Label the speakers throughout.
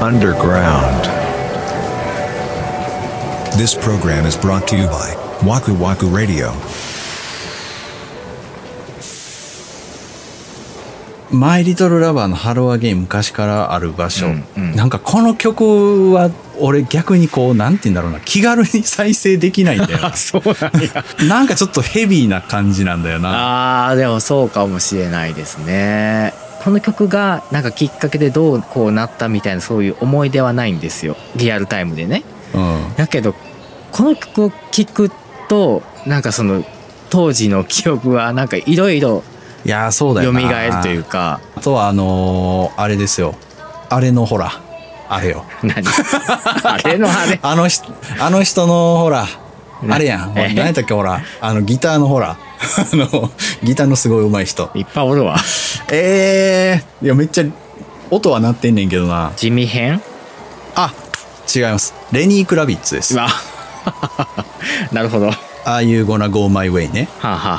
Speaker 1: underground. This program is brought to you by Waku Waku Radio.
Speaker 2: マイ・リトル・ラバーのハロー・アゲイン昔からある場所、
Speaker 3: うんうん
Speaker 2: なんかこの曲は俺逆にこうなんて言うんだろうな気軽に再生できないん だよ
Speaker 3: そうなんや。
Speaker 2: なんかちょっとヘビーな感じなんだよな
Speaker 3: あー、でもそうかもしれないですね。この曲がなんかきっかけでどうこうなったみたいなそういう思い出はないんですよ。リアルタイムでね。
Speaker 2: うん
Speaker 3: だけどこの曲を聴くとなんかその当時の記憶はなんかいろいろ
Speaker 2: いやーそうだ
Speaker 3: 蘇
Speaker 2: よな
Speaker 3: るというか
Speaker 2: あとはあのーあれですよあれのほらあれよ
Speaker 3: 何 あれのあれ
Speaker 2: あの人あの人のほら
Speaker 3: ね
Speaker 2: あれやん、
Speaker 3: え
Speaker 2: 何やったっけほらあのギターのほら あのギターのすごい上手い人
Speaker 3: いっぱいおるわ
Speaker 2: ええー、いやめっちゃ音は鳴ってんねんけどな
Speaker 3: 地味編
Speaker 2: あ違いますレニー・クラビッツです
Speaker 3: うわなるほどは
Speaker 2: ああいう「Gonna Go My Way ね」
Speaker 3: あ、はあはあ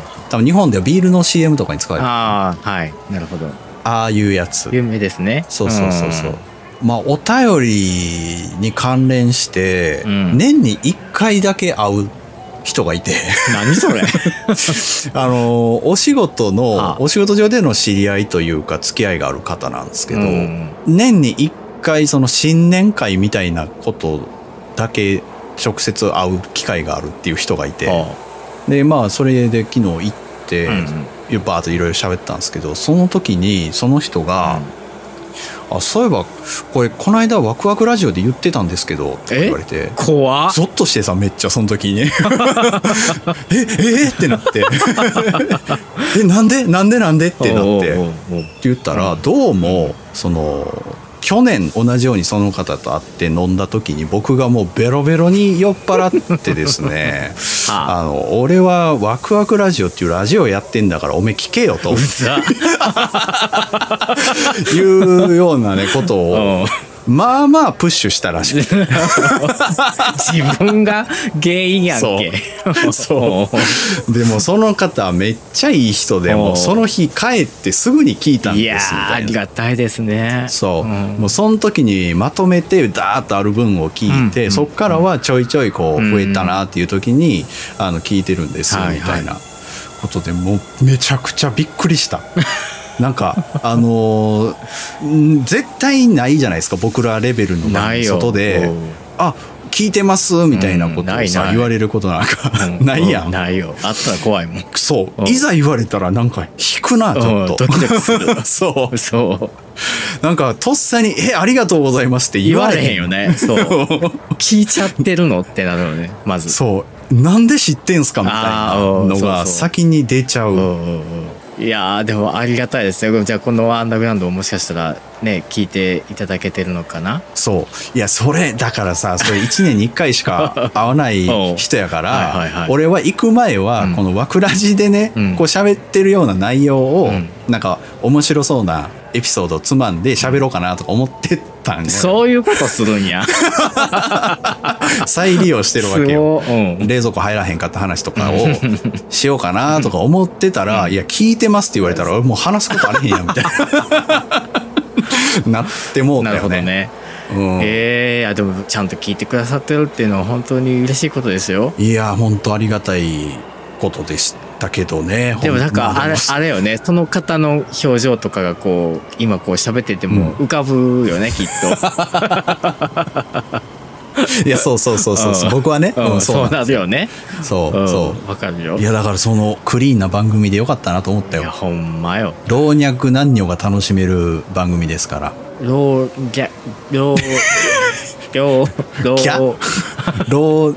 Speaker 3: は
Speaker 2: 多分日本ではビールの CM とかに使われるあ
Speaker 3: あ、あーはいなるほど
Speaker 2: あいうやつ
Speaker 3: 有名ですね
Speaker 2: そうそうそうそうんまあお便りに関連して、
Speaker 3: うん
Speaker 2: 年に1回だけ会う人がいて
Speaker 3: 何 それ
Speaker 2: あのお仕事の
Speaker 3: あ
Speaker 2: お仕事上での知り合いというか付き合いがある方なんですけど、
Speaker 3: うん
Speaker 2: 年に1回その新年会みたいなことだけ直接会う機会があるっていう人がいて、でまあそれで昨日行って、
Speaker 3: うん
Speaker 2: バーッといろいろ喋ったんですけどその時にその人が「あそういえばこれこの間ワクワクラジオで言ってたんですけど」って言われて。
Speaker 3: 怖っ
Speaker 2: ゾッとしてさめっちゃその時 にえええってなってえなんでなんでなんでってなって
Speaker 3: おうおうお
Speaker 2: っ
Speaker 3: う
Speaker 2: て言ったらどうもその去年同じようにその方と会って飲んだ時に僕がもうベロベロに酔っ払ってです ね
Speaker 3: は
Speaker 2: あの俺はワクワクラジオっていうラジオやってんだからおめえ聞けよと
Speaker 3: ざ
Speaker 2: いうようなねこと
Speaker 3: う
Speaker 2: を
Speaker 3: ん
Speaker 2: まあまあプッシュしたらしくて
Speaker 3: 自分が原因やんけ
Speaker 2: そうでもその方めっちゃいい人でも
Speaker 3: おう
Speaker 2: うその日帰ってすぐに聞いたん
Speaker 3: い
Speaker 2: ですみ
Speaker 3: やー
Speaker 2: た
Speaker 3: あ
Speaker 2: い
Speaker 3: り
Speaker 2: な
Speaker 3: がたいですね
Speaker 2: そう、
Speaker 3: ん
Speaker 2: もうその時にまとめてダーッとある分を聞いて、
Speaker 3: うん
Speaker 2: そっからはちょいちょいこ
Speaker 3: う
Speaker 2: うん増えたなっていう時に、あの聞いてるんです
Speaker 3: はい
Speaker 2: みたいなことで、もうめちゃくちゃびっくりした なんかあのーん絶対ないじゃないですか僕らレベルの
Speaker 3: ないよ
Speaker 2: 外で
Speaker 3: うん
Speaker 2: 「あ聞いてます」みたいなことを
Speaker 3: うんない
Speaker 2: さ、
Speaker 3: ない
Speaker 2: 言われることなんか
Speaker 3: うん
Speaker 2: ないやん、
Speaker 3: うないよあったら怖いもん
Speaker 2: そう、
Speaker 3: うん
Speaker 2: いざ言われたらなんか引くなちょっと、
Speaker 3: うんドキドキす
Speaker 2: そう
Speaker 3: そう
Speaker 2: なんかとっさに「えありがとうございます」って言
Speaker 3: 言わ
Speaker 2: わ
Speaker 3: れ
Speaker 2: れ
Speaker 3: へ
Speaker 2: へ
Speaker 3: ん
Speaker 2: ん
Speaker 3: よ
Speaker 2: よ
Speaker 3: ねそう 聞いちゃってるのってなるよねまず
Speaker 2: そうなんで知ってんすかみたい
Speaker 3: あ
Speaker 2: な
Speaker 3: ーうん
Speaker 2: の
Speaker 3: そうそ
Speaker 2: が
Speaker 3: う
Speaker 2: 先に出ちゃう
Speaker 3: うんうんうんいやーでもありがたいですねじゃあこのアンダーグラウンドをもしかしたらね聞いていただけてるのかな
Speaker 2: そういやそれだからさそれ1年に1回し か会わない人やか
Speaker 3: うんはいはいは
Speaker 2: ら
Speaker 3: い
Speaker 2: 俺は行く前
Speaker 3: う
Speaker 2: は
Speaker 3: ん
Speaker 2: この枠ラジでね、
Speaker 3: うん
Speaker 2: こう喋ってるような内容を、
Speaker 3: うん
Speaker 2: なんか面白そうなエピソードつまんで喋ろうかなとか思ってたんよ
Speaker 3: そういうことするんや
Speaker 2: 再利用してるわけよ。
Speaker 3: すごうん
Speaker 2: 冷蔵庫入らへんかった話とかをしようかなとか思ってたら「いや聞いてます」って言われたら俺もう話すことあれへんやんみたい ななってもう
Speaker 3: な
Speaker 2: た
Speaker 3: るほ
Speaker 2: よ
Speaker 3: ど
Speaker 2: ね
Speaker 3: ね
Speaker 2: うん
Speaker 3: ええいやでもちゃんと聞いてくださってるっていうのは本当に嬉しいことですよ
Speaker 2: いや本当ありがたいことでしたけどね
Speaker 3: でもなん
Speaker 2: ほ
Speaker 3: か
Speaker 2: ま
Speaker 3: あ
Speaker 2: で
Speaker 3: れ
Speaker 2: も
Speaker 3: あれよねその方の表情とかがこう今こう喋ってても浮かぶよね、きっと
Speaker 2: いやそうそうそうそうそう僕はね、
Speaker 3: うん
Speaker 2: うん
Speaker 3: そ
Speaker 2: そう
Speaker 3: う
Speaker 2: なん
Speaker 3: なるよね
Speaker 2: そう、
Speaker 3: ん
Speaker 2: そ
Speaker 3: わかるよ
Speaker 2: ういやだからそのクリーンな番組でよかったなと思った
Speaker 3: いや
Speaker 2: よ
Speaker 3: ほんまよ
Speaker 2: 老若男女が楽しめる番組ですから
Speaker 3: 老若老老老
Speaker 2: キャ老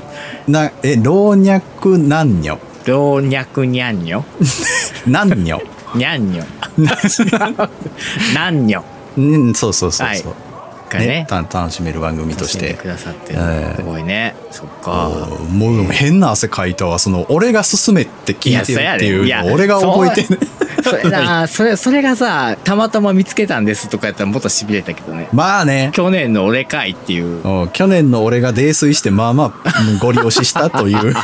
Speaker 2: なえ老若男女
Speaker 3: 老若にゃんにょ
Speaker 2: 男女
Speaker 3: にゃんにょなんにょ
Speaker 2: うん、そうそうそうそう、
Speaker 3: が
Speaker 2: ね
Speaker 3: ね
Speaker 2: た楽しめる番組と
Speaker 3: 楽
Speaker 2: し
Speaker 3: しんで
Speaker 2: て
Speaker 3: くださって
Speaker 2: ええ
Speaker 3: るすごいねそっか
Speaker 2: あーもう変な汗かいたわその俺が勧めって聞いてるっていうのを俺が覚えてね
Speaker 3: ねそれなそれそれがさたまたま見つけたんですとかやったらもっとしびれたけどね
Speaker 2: まあね、
Speaker 3: 去年の俺かいっていう
Speaker 2: うん去年の俺が泥酔して、まあまあ、ご利押ししたと いう。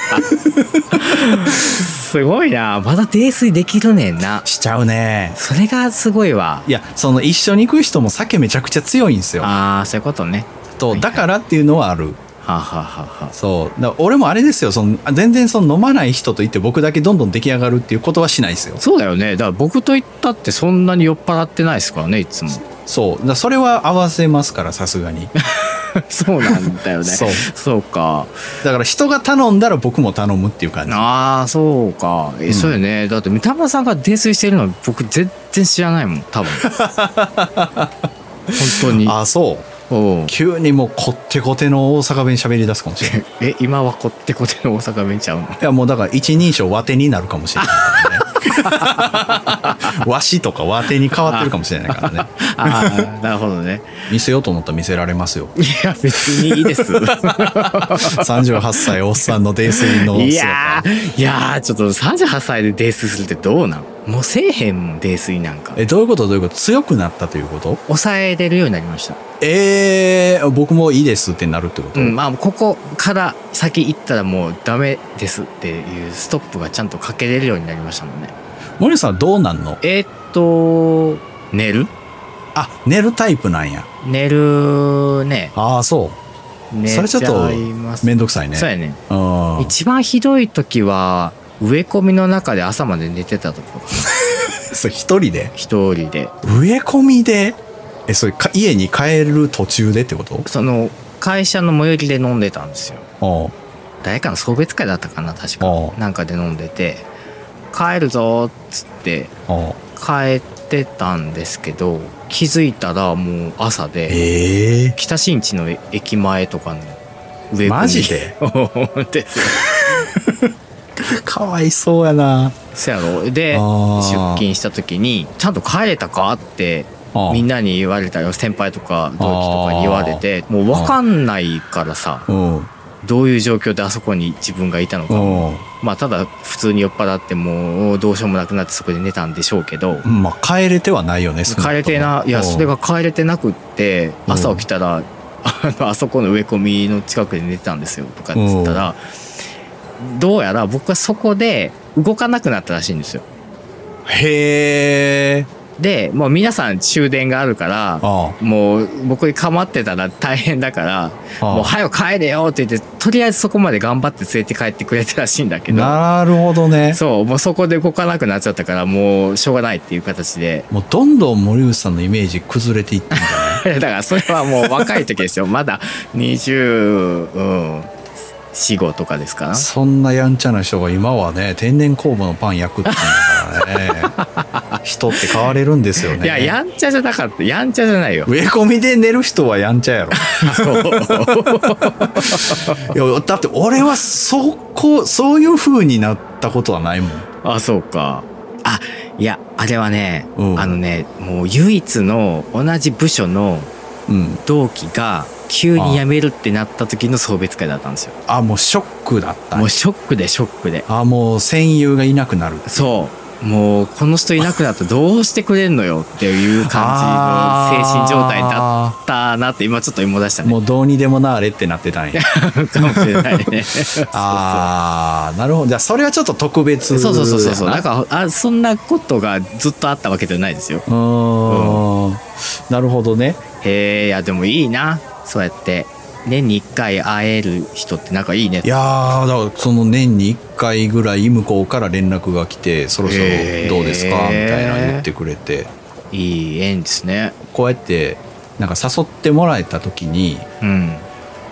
Speaker 3: すごいなまだ泥酔できるねんな
Speaker 2: しちゃうね。
Speaker 3: それがすごいわ
Speaker 2: いや、その一緒に行く人も酒めちゃくちゃ強いんですよ。
Speaker 3: ああそういうことね
Speaker 2: と
Speaker 3: はいはい
Speaker 2: だからっていうのはある。
Speaker 3: はあ、はあはあはあ、
Speaker 2: そう。だから俺もあれですよ、その、あ全然その飲まない人といって僕だけどんどん出来上がるっていうことはしないですよ。
Speaker 3: そうだよねだから僕と言ったってそんなに酔っ払ってないですからねいつも
Speaker 2: そう。だからそれは合わせますから、さすがに。
Speaker 3: そうなんだよね
Speaker 2: そう
Speaker 3: そうか
Speaker 2: だから人が頼んだら僕も頼むっていう感じ。
Speaker 3: ああそうかえ、
Speaker 2: ん
Speaker 3: そうよねだって三田村さんが泥酔してるの僕全然知らないもん多 分本当に
Speaker 2: あ、そう。
Speaker 3: おう
Speaker 2: 急にもうこってこての大阪弁喋り出すかもし れない。
Speaker 3: え今はこってこての大阪弁ちゃうの
Speaker 2: いやもうだから一人称わてになるかもしれないからね。 わしとかわてに変わってるかもしれないからね。
Speaker 3: ああ なるほどね
Speaker 2: 見せようと思ったら見せられますよ。
Speaker 3: いや別にいいです
Speaker 2: 38歳おっさんの泥酔の姿。
Speaker 3: いやーいやーちょっと38歳で泥酔するってどうなんもうせえへんもん泥酔なんか
Speaker 2: え、どういうことどういうこと強くなったということ
Speaker 3: 抑えれるようになりました
Speaker 2: えー、僕もいいですってなるってこと、
Speaker 3: うんまあここから先行ったらもうダメですっていうストップがちゃんとかけれるようになりましたもんね
Speaker 2: 森さんはどうなんの
Speaker 3: えーっと寝る
Speaker 2: あ、寝るタイプなんや。
Speaker 3: 寝るね
Speaker 2: ああ、そう。
Speaker 3: 寝ちゃ
Speaker 2: それちょっと
Speaker 3: います
Speaker 2: めんどくさいね。
Speaker 3: そうやね
Speaker 2: うん
Speaker 3: 一番ひどい時は植え込みの中で朝まで寝てたとこ
Speaker 2: そう一人で
Speaker 3: 一人で
Speaker 2: 植え込みでえ、それか家に帰る途中でってこと
Speaker 3: その会社の最寄りで飲んでたんですよ
Speaker 2: うん
Speaker 3: 誰かの送別会だったかな確か
Speaker 2: おう
Speaker 3: なんかで飲んでて帰るぞーっつって
Speaker 2: うん
Speaker 3: 帰ってたんですけど気づいたらもう朝で
Speaker 2: ええ
Speaker 3: 北新地の駅前とかの上
Speaker 2: マジで
Speaker 3: ですよ
Speaker 2: かわいそうやな。
Speaker 3: そやろで
Speaker 2: あ
Speaker 3: 出
Speaker 2: ー
Speaker 3: 勤した時に「ちゃんと帰れたか?」って
Speaker 2: ああ
Speaker 3: みんなに言われたよ先輩とか同期とかに言われてもう分かんないからさ
Speaker 2: うん。うん。
Speaker 3: どういう状況であそこに自分がいたのかまあただ普通に酔っ払ってもうどうしようもなくなってそこで寝たんでしょうけど
Speaker 2: まあ、帰れてはないよね、
Speaker 3: 帰れて
Speaker 2: 少くとも
Speaker 3: ないや
Speaker 2: うん
Speaker 3: それが帰れてなくって
Speaker 2: うん
Speaker 3: 朝起きたら あのあそこの植え込みの近くで寝てたんですよとかって言ったらどうやら僕はそこで動かなくなったらしいんですよ
Speaker 2: へえ。
Speaker 3: でもう皆さん終電があるから
Speaker 2: あ
Speaker 3: もう僕に構ってたら大変だから「
Speaker 2: あ
Speaker 3: もう早く帰れよ」って言ってとりあえずそこまで頑張って連れて帰ってくれたらしいんだけ
Speaker 2: あ。
Speaker 3: ど
Speaker 2: なるほどね。
Speaker 3: そうもうそこで動かなくなっちゃったからもうしょうがないっていう形で
Speaker 2: もうどんどん森内さんのイメージ崩れていってんだね
Speaker 3: だからそれはもう若い時ですよ まだ245とかです から
Speaker 2: そんなやんちゃな人が今はね、天然酵母のパン焼くっていうんだ からね。人って変われるんですよね。
Speaker 3: いややんちゃじゃなかったやんちゃじゃないよ
Speaker 2: 植え込みで寝る人はやんちゃやろ。
Speaker 3: そう
Speaker 2: いやだって俺はそこそういう風になったことはないもん
Speaker 3: あそうかあいやあれはね、
Speaker 2: うん
Speaker 3: あのねもう唯一の同じ部署の
Speaker 2: うん
Speaker 3: 同期が急に辞めるってなった時の送別会だったんですよ
Speaker 2: あもうショックだった
Speaker 3: もうショックでショックで
Speaker 2: あもう戦友がいなくなる
Speaker 3: そうもうこの人いなくなったらどうしてくれんのよっていう感じの精神状態だったなって今ちょっと思い出したね
Speaker 2: もうどうにでもなあれってなってた んや
Speaker 3: かもしれない ねそう
Speaker 2: ああなるほどじゃあそれはちょっと特別
Speaker 3: そうそうそうそうそうなん
Speaker 2: か
Speaker 3: かあそんなことがずっとあったわけじゃないですよ
Speaker 2: うーんなるほどね
Speaker 3: へえいやでもいいなそうやって年に1回会える人ってなんかいいね
Speaker 2: いやーだからその年に1回ぐらい向こうから連絡が来てそろそろどうですかみ
Speaker 3: へー
Speaker 2: たいなの言ってくれて
Speaker 3: いい縁ですね
Speaker 2: こうやってなんか誘ってもらえた時に
Speaker 3: うん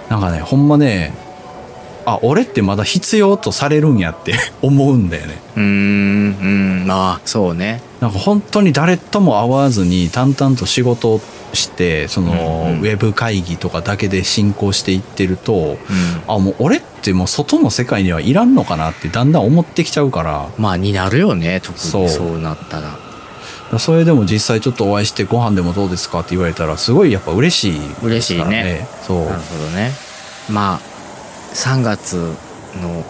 Speaker 2: なんかね、ほんまね、あ、俺ってまだ必要とされるんやって 思うんだよね。
Speaker 3: うーんうんああそうね
Speaker 2: なんか本当に誰とも会わずに淡々と仕事をして、その、
Speaker 3: うん
Speaker 2: ウ
Speaker 3: うん
Speaker 2: ェブ会議とかだけで進行していってると、
Speaker 3: うん
Speaker 2: あ、もう俺ってもう外の世界にはいらんのかなってだんだん思ってきちゃうから、
Speaker 3: まあになるよね特
Speaker 2: そ
Speaker 3: に
Speaker 2: う
Speaker 3: そうなったら
Speaker 2: それでも実際ちょっとお会いしてご飯でもどうですかって言われたら、すごいやっぱ嬉しい、
Speaker 3: 嬉しいね。
Speaker 2: そう
Speaker 3: な。るほどねまあ3月の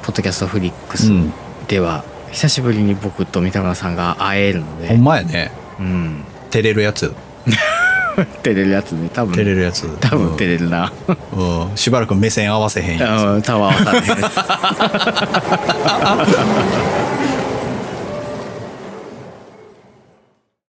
Speaker 3: ポッドキャストフリックス
Speaker 2: うん
Speaker 3: では、久しぶりに僕と三田村さんが会えるの
Speaker 2: ほ
Speaker 3: で
Speaker 2: ん、まやね
Speaker 3: うん、
Speaker 2: 照れるやつ
Speaker 3: 照れるやつね多分
Speaker 2: 照れるやつ
Speaker 3: 多分照れるな、
Speaker 2: うんうん しばらく目線合わせへんや
Speaker 3: うん、タワーを立てる